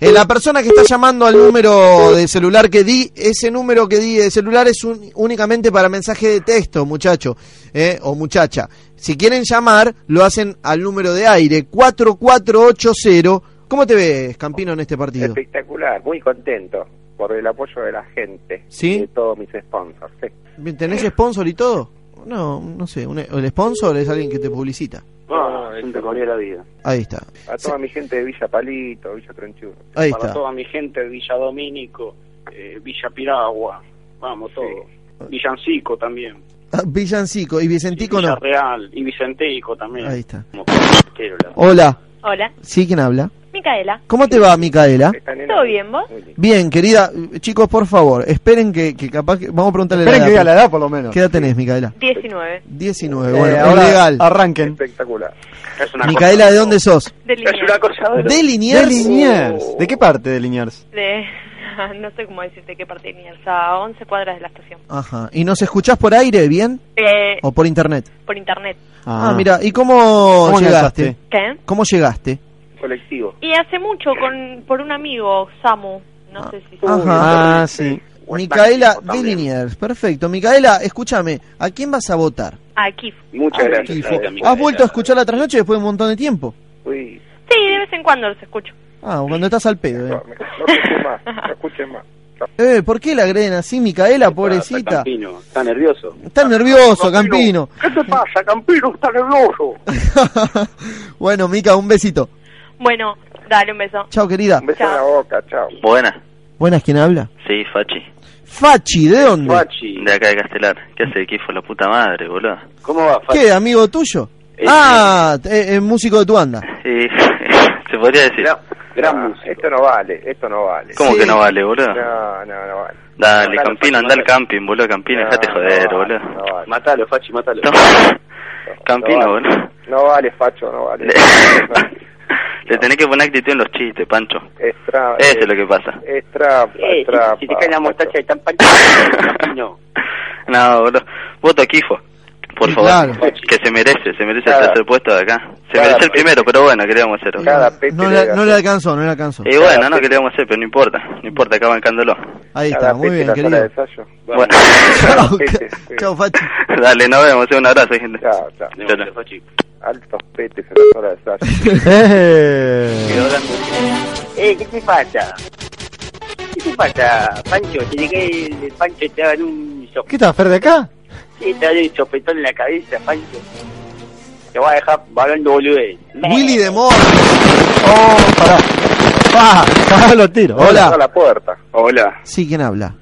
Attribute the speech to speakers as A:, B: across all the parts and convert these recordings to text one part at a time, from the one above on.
A: Eh, la persona que está llamando al número de celular que di, ese número que di de celular es un- únicamente para mensaje de texto, muchacho eh, o muchacha. Si quieren llamar, lo hacen al número de aire 4480. ¿Cómo te ves, Campino, en este partido?
B: Espectacular, muy contento por el apoyo de la gente
A: ¿Sí?
B: y de todos mis sponsors. sí.
A: Bien, ¿Tenés sponsor y todo? No, no sé. un- el sponsor es alguien que te publicita.
C: No, no, Ah, es un decoré de la vida.
A: Ahí está.
B: A toda mi gente de Villa Palito, Villa Trenchudo.
A: Ahí
C: Para
A: está.
C: toda mi gente de Villa Domínico, eh, Villa Piragua, vamos todos. Villancico también.
A: Ah, Villancico y Vicentico
C: Villa
A: no.
C: Real y Vicentico también.
A: Ahí está.
C: Como quiero la-
A: Hola.
D: Hola,
A: ¿Sí? ¿Quién habla?
D: Micaela.
A: ¿Cómo te va, Micaela?
B: Está nena
D: ¿Todo
B: muy-
D: bien vos?
B: muy linda.
A: Bien, querida. Chicos, por favor, esperen que, que capaz que... Vamos a preguntarle
E: Esperen que
A: la
E: diga
A: edad.
E: la edad por lo menos.
A: ¿Qué edad tenés, Micaela?
D: 19,
A: 19,
E: Eh,
A: bueno, es
E: ahora
A: legal.
E: Arranquen.
B: Espectacular.
C: Es una
A: Micaela, ¿de dónde sos?
D: de
C: cosa- Es una
D: Liniers.
C: cosa de-
A: ¿De
E: ¿De
A: Liniers?
E: Liniers? ¿De qué parte de Liniers?
D: De... No sé cómo decirte qué parte de Liniers, a 11 cuadras de la estación.
A: Ajá. ¿Y nos escuchás por aire, bien?
D: Eh,
C: Oh.
A: ¿O por internet?
D: por internet.
A: Ah, mira, ¿y cómo,
E: ¿Cómo
A: llegaste?
D: ¿Qué?
A: ¿Cómo llegaste?
B: Colectivo.
D: Y hace mucho con por un amigo, Samu.
C: Ah.
D: No sé si...
A: Ajá.
E: Ah, sí.
A: Micaela
B: Bastante
A: de
B: también.
A: Liniers, perfecto. Micaela, escúchame, ¿a quién vas a votar?
D: Ah, Kif.
B: Muchas
C: Ah,
B: gracias.
C: Kifo.
A: Tifo.
C: la Micaela. Ah,
A: ¿Has vuelto a escuchar la trasnoche después de un montón de tiempo?
B: Uy,
D: Sí, de vez en cuando los escucho.
A: Ah, cuando estás al
B: no,
A: pedo, eh.
B: me- no escuchen más, no escuchen más.
A: Eh, ¿por qué la agreden así, Micaela,
C: Está
A: pobrecita?
C: Campino, está nervioso.
A: Estás nervioso, Campino.
C: ¿Qué te pasa, Campino? Está nervioso.
A: bueno, Mica, un besito.
D: Bueno, dale un beso.
A: Chao, querida.
B: Un beso
D: Chao.
B: en la boca, chao.
F: Buenas,
A: Buenas, ¿quién habla?
F: sí, Fachi.
A: Fachi, ¿de dónde?
C: Guachi,
F: De acá de Castelar. ¿Qué hace? ¿Qué fue la puta madre, boludo?
C: ¿cómo va, Fachi?
A: ¿Qué, amigo tuyo?
F: Eh,
A: ah, eh, eh, músico de tu banda.
F: Sí, se podría decir.
C: Gran, gran
B: Ah,
C: músico.
B: Esto no vale, esto no vale.
F: ¿Cómo
A: sí.
F: que no vale, boludo?
B: No, no, no vale.
F: Dale,
B: No, no,
F: Campino,
B: no,
F: anda
B: no,
F: al camping, boludo. Campino,
B: no,
F: dejate
B: no
F: joder,
B: vale,
F: boludo.
B: no vale.
C: Matalo, Fachi, matalo.
F: No. Campino,
B: no vale.
F: boludo.
B: No vale, Facho, no vale.
F: Le, le tenés que poner actitud en los chistes, Pancho.
B: Es tra-
F: Eso es lo que pasa.
B: Es trampa,
C: Eh,
B: es trampa.
C: si te cae la mostacha y tan Campino.
F: no, boludo. Voto a Kifo. Por
A: Sí,
F: favor.
A: claro.
F: Que se merece, se merece
B: Cada-
F: el tercer puesto de acá. Se
B: cada
F: merece el
B: pe-
F: primero, pero bueno, ¿qué le vamos a hacer?
B: Cada Pepe
A: No
B: le
A: le,
B: gana.
A: no le alcanzó, no le alcanzó.
F: Y bueno, no, ¿qué le vamos a hacer? Pero no importa, no importa, acá bancándolo.
A: Ahí
B: Cada
A: está, muy
B: Pepe
A: bien,
B: la sala
A: querido.
B: de ensayo.
F: Bueno.
A: Chao,
B: Pepe, sí.
A: chao, Fachi.
F: Dale, nos vemos, un abrazo, gente.
B: Chao, chao.
C: Démosle, Fachi.
B: Altos petes en la sala de ensayo.
E: Eh,
C: Eh, ¿qué te pasa? ¿Qué te pasa, Pancho? Se le cae el Pancho, te dan un
E: ¿Qué
C: sopetón,
E: está, Fer de acá?
C: te dan un sopetón en la cabeza, Pancho. Te voy a dejar hablando boludez.
A: Willy de Mor.
E: Oh, pará. Pa, cagá los tiros.
A: Hola.
B: Cierra la puerta.
C: Hola,
A: Sí, ¿quién habla?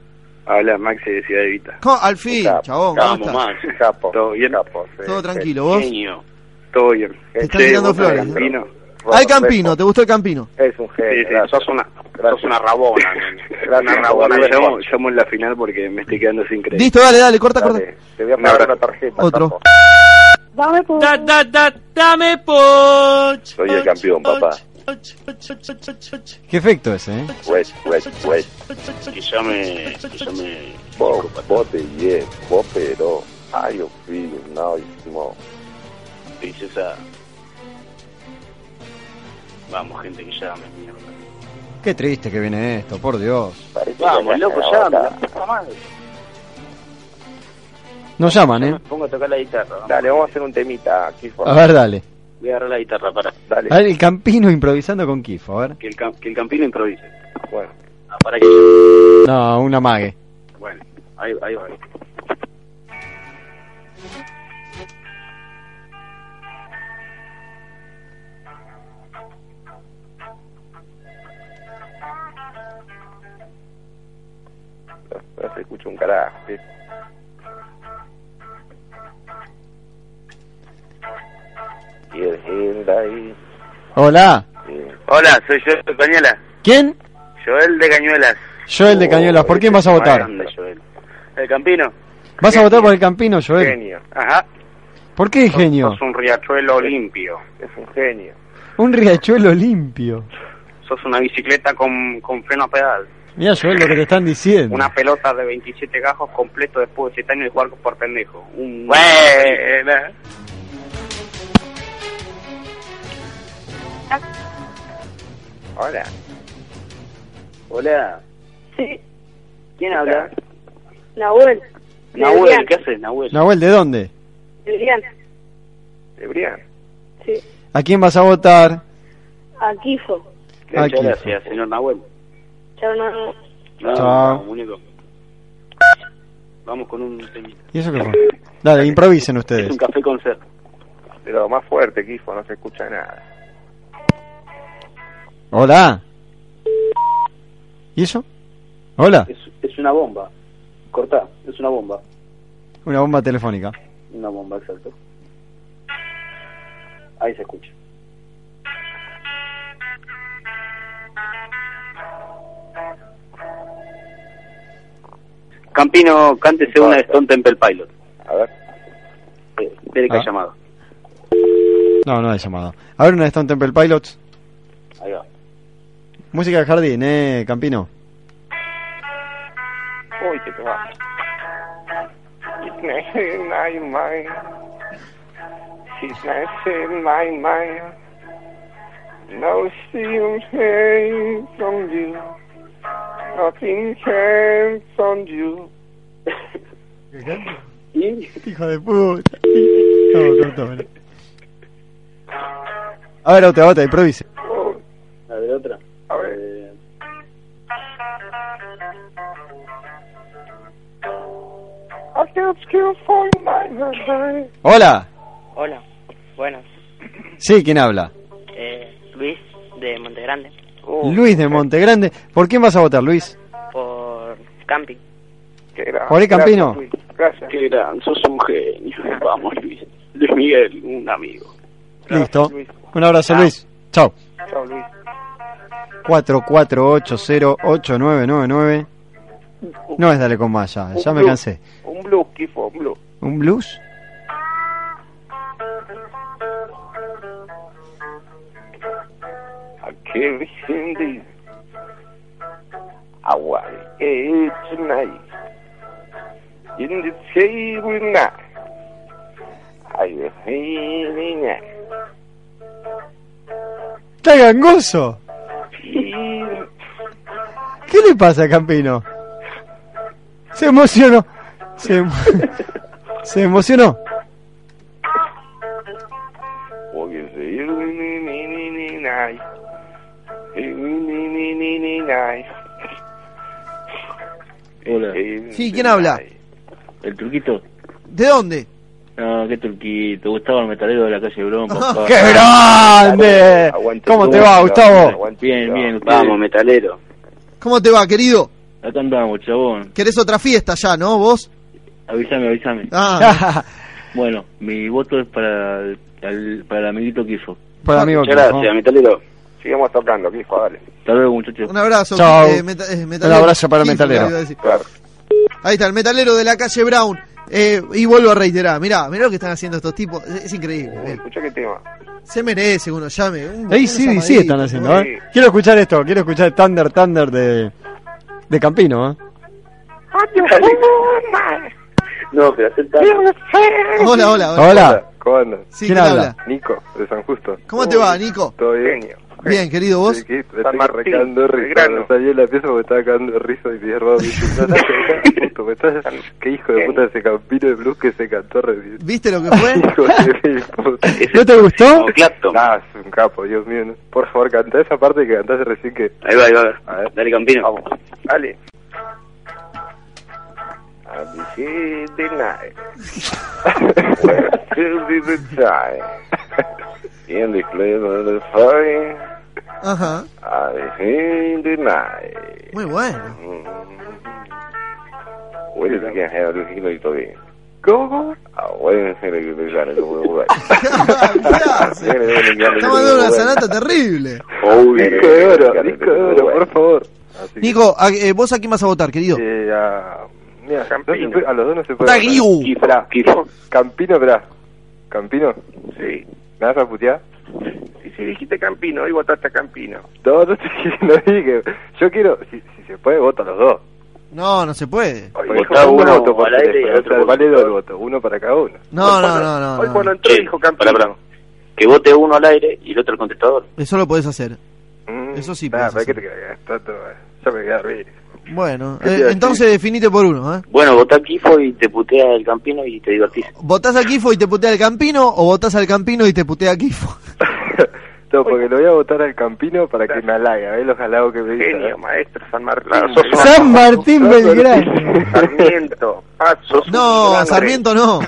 C: habla Maxi de Ciudad Evita.
A: Co- Al fin,
B: Capo.
A: chabón, ¿cómo
C: Vamos,
A: estás?
C: Maxi.
B: Capo.
C: ¿Todo bien?
B: Capo, sí,
A: Todo
B: sí.
A: tranquilo, ¿vos?
C: Genio.
B: Todo bien.
A: Te están tirando flores.
B: Campino.
A: Al Campino, ¿te gustó el Campino?
B: Es un genio.
C: Sí, sí,
B: gracias.
C: sos una, sos una rabona. nene.
B: Gracias,
C: una rabona.
B: Rodrigo.
C: Llamo- llamo en la final porque me estoy quedando sin creer.
A: Listo, dale, dale, corta, corta.
B: Dale, Te voy a pagar una tarjeta.
A: Otro.
B: capo.
G: Soy el campeón, papá.
E: Qué efecto ese, eh.
G: Wet, wet, wet.
C: Que llame, que llame.
G: Bo- Bote, yes, bopero. I don't feel nice, mo.
C: Princesa. Vamos, gente, que llame. mierda.
E: Qué triste que viene esto, por Dios.
G: Parece que
C: Vamos,
G: acá
C: loco,
G: se
C: llame.
G: agota.
C: La puta madre.
E: Nos llaman, eh.
C: Me pongo a tocar la guitarra. vamos.
B: Dale, vamos a hacer un temita, Kifo.
E: A ver, dale.
C: Voy a agarrar la guitarra para
B: Dale.
E: A ver, el Campino improvisando con Kifo, a ver.
C: que el, cam- que el campino improvise.
B: Bueno.
C: Ah, para que.
E: No, una mague.
C: Bueno, ahí, ahí va.
B: No se escucha un carajo. ¿sí?
G: Y el Hyundai,
E: Hola.
G: eh,
F: Hola, soy yo, Cañela.
E: ¿Quién?
F: Joel de Cañuelas.
E: Joel
C: Oh,
E: de Cañuelas. ¿Por quién vas a votar?
F: Grande, Joel. El Campino.
E: ¿Vas a votar por el Campino, Joel?
B: Genio.
F: Ajá.
E: ¿Por qué genio?
F: Sos un riachuelo limpio.
B: Es un genio.
E: Un riachuelo limpio.
F: Sos una bicicleta con, con freno a pedal.
E: Mira, Joel, lo que te están diciendo.
F: Una pelota de 27 gajos completo después de 7 años de jugar por pendejo. Un...
C: eh,
F: Buena.
B: Hola.
C: Hola,
D: Sí,
C: ¿quién habla?
D: Nahuel.
C: Nahuel, ¿qué haces, Nahuel?
E: Nahuel, ¿de dónde?
D: Adrián,
B: Deberían.
D: sí.
E: ¿A quién vas a votar?
D: Aquí fue.
E: Aquí.
C: Muchas gracias, señor Nahuel.
D: Ya no...
C: No,
E: Chao.
C: no, muñeco. Vamos con un temita.
E: ¿Y eso qué fue? Dale, improvisen
C: Es
E: ustedes.
C: un café con ser.
B: Pero más fuerte, Kifo, no se escucha nada.
E: Hola. ¿Y eso? Hola.
C: Es, es una bomba. Cortá, es una bomba.
E: Una bomba telefónica.
C: Una bomba, exacto. Ahí se escucha. Campino, cántese una de Stone Temple Pilot.
G: A ver,
C: Eh, Dele que
E: Ah.
C: ha llamado.
E: No, no hay llamado. A ver una de Stone Temple Pilots.
C: Ahí va.
E: Música de jardín, eh, Campino.
B: Uy, qué te va. It's in my mind. It's not in my mind. No steal came from you. Nothing came from you.
C: ¿Y?
E: Hijo de puta. No, cortó, bueno. A ver, otra, otra, improvise.
B: Oh,
C: A ver, otra.
B: a ver.
C: Eh,
B: I can't skill for my mind.
E: Hola.
H: Hola, buenas.
E: Sí, ¿quién habla? Uh,
H: Eh, Luis de Uh, Montegrande
B: Oh,
E: Luis de Montegrande. ¿Por quién vas a votar, Luis?
H: por Campi.
B: qué gran-
E: Jorge Campino.
B: Gracias, Luis. Gracias.
C: Qué gran, sos un genio. Vamos, Luis. Luis Miguel, un amigo.
E: Listo.
B: Luis.
E: Un abrazo, Luis. Chao.
B: Chao, Luis.
E: 44808999. No es Dale con Maya, ya me
B: blues,
E: cansé.
B: Un blues, Kifo, un blues.
E: ¿Un blues?
B: I can't sing this. I want it tonight. In the table night. I will feeling it.
E: ¡Está gangoso!
B: Feel-
E: ¿Qué le pasa, Campino? Se emocionó. Se, emo- se emocionó.
B: Oh, you feeling night. Feeling night.
I: Hola,
A: Sí, ¿quién habla?
I: el turquito.
A: ¿De dónde?
I: No, qué turquito. Gustavo el metalero de la calle Brón, papá.
E: ¡Qué grande!
G: Aguante
E: ¿Cómo te
G: todo,
E: va,
G: aguante,
E: Gustavo?
G: aguante,
I: Bien, bien. ustedes.
F: Vamos, metalero.
A: ¿Cómo te va, querido?
I: Acá andamos, chabón.
A: ¿Querés otra fiesta ya, no? ¿Vos?
I: Avísame, avísame.
A: Ah,
I: Bueno, mi voto es para el, al- para el amiguito que hizo.
E: Para el amigo
F: Muchas
E: Kifo.
F: gracias, metalero.
B: Sigamos tocando, Kifo, dale.
I: Hasta luego, muchachos.
A: un abrazo. eh,
E: Chao.
A: meta-
E: Un abrazo para el
A: Kifo,
E: metalero.
A: iba a decir.
B: Claro.
A: Ahí está, el metalero de la calle Brown. Eh, y vuelvo a reiterar, mirá, mirá lo que están haciendo estos tipos. Es, es increíble.
B: Uy,
A: ven.
B: Escucha qué tema.
A: Se merece uno llame. Un,
E: Oh.
A: una
E: Ahí sí, sí
A: llamadita,
E: están haciendo,
B: sí.
E: ¿eh? Quiero escuchar esto, quiero escuchar Thunder Thunder de, de Campino, ¿eh?
G: No, pero acepta.
A: Hola, hola, hola.
E: Hola,
G: ¿Cómo andan?
A: Sí,
E: ¿Quién
A: ¿quién
E: habla?
A: habla?
G: Nico, de San Justo.
A: ¿Cómo te va, Nico?
G: ¿Todo bien?
B: Genio.
A: Bien, querido, ¿vos?
G: Sí, que me
B: San
G: estoy
B: Martín,
G: recagando de risa.
B: Belgrano.
G: No salí de la pieza porque estaba cagando de risa y mi hermano me dice, "No, no, te dejas, puto, me estás- Qué hijo de puta ese campino de blues que se cantó re bien.
A: ¿Viste lo que fue?
G: Hijo de mil puta.
E: ¿no te gustó?
F: Como Clapton.
G: Nah, es un capo, Dios mío. ¿no? Por favor, cantá esa parte que cantaste recién que...
F: Ahí va, ahí va.
G: A ver.
F: Dale, Campino.
B: Dale. I'll be here tonight. Till the time. In the flame of the fire.
A: Ajá.
B: I'll be here tonight.
A: Muy bueno.
B: Bueno, si quieres, hay algo que no hizo bien.
J: ¿Cómo? Ah, bueno, se le que pensar en lo puedo jugar.
A: Estamos dando una sanata terrible.
E: disco de oro, disco de oro, por favor. Así que-
A: Nico, a- eh, ¿vos a quién vas a votar, querido?
E: Eh, a, mira, no se puede- a los dos no se puede.
A: Tagliu.
E: votar. Pará, Campino, pará. ¿Campino? Sí. ¿Me vas a putear?
B: Y si dijiste Campino, hoy votaste a Campino.
E: No, no, te- no dije. Yo quiero, si, si se puede, voto a los dos.
A: No, no se puede.
E: Porque
B: votá
E: yo
B: uno
E: voto por
B: al aire y
E: teléfono,
B: otro
E: o sea,
B: por
E: vale dos votos, uno para cada uno.
A: No, no, no, no.
B: hoy
A: no.
B: cuando entró dijo Campino.
C: Que vote uno al aire y el otro al contestador.
A: Eso lo podés hacer.
E: Mm,
A: Eso sí
E: nah,
A: podés
E: ¿para qué
A: hacer.
E: te creas? Tanto, eh, Ya me voy a reír.
A: Bueno,
E: ¿Qué te
A: eh,
E: iba a
A: entonces definite por uno, ¿eh?
C: Bueno, votá a Kifo y te putea el campino y te divertís.
A: ¿Votás a Kifo y te putea al Campino o votás al Campino y te putea a Kifo?
E: No, porque lo voy a votar al Campino para que me halague. A ver los halagos que me dicen.
B: Genio,
E: eh.
B: maestro, San Martín.
K: San Martín Belgrano.
B: Sarmiento, pasos.
A: No, Sarmiento no.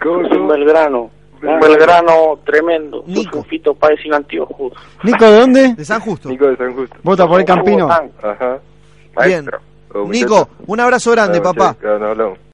E: ¿Cómo,
C: Es un
E: cómo?
C: Belgrano. Un Belgrano tremendo. Es
A: Nico.
C: un Fito Páez sin anteojos.
K: Nico, ¿de dónde?
A: De San Justo.
E: Nico de San Justo.
K: Vota
B: Ah,
K: por el Campino.
E: Ajá.
A: Bien.
B: Maestro.
E: Oh, muchacho.
A: Nico, un abrazo grande,
E: Vamos,
A: papá.
B: Ah.
E: che, no, no hablamos.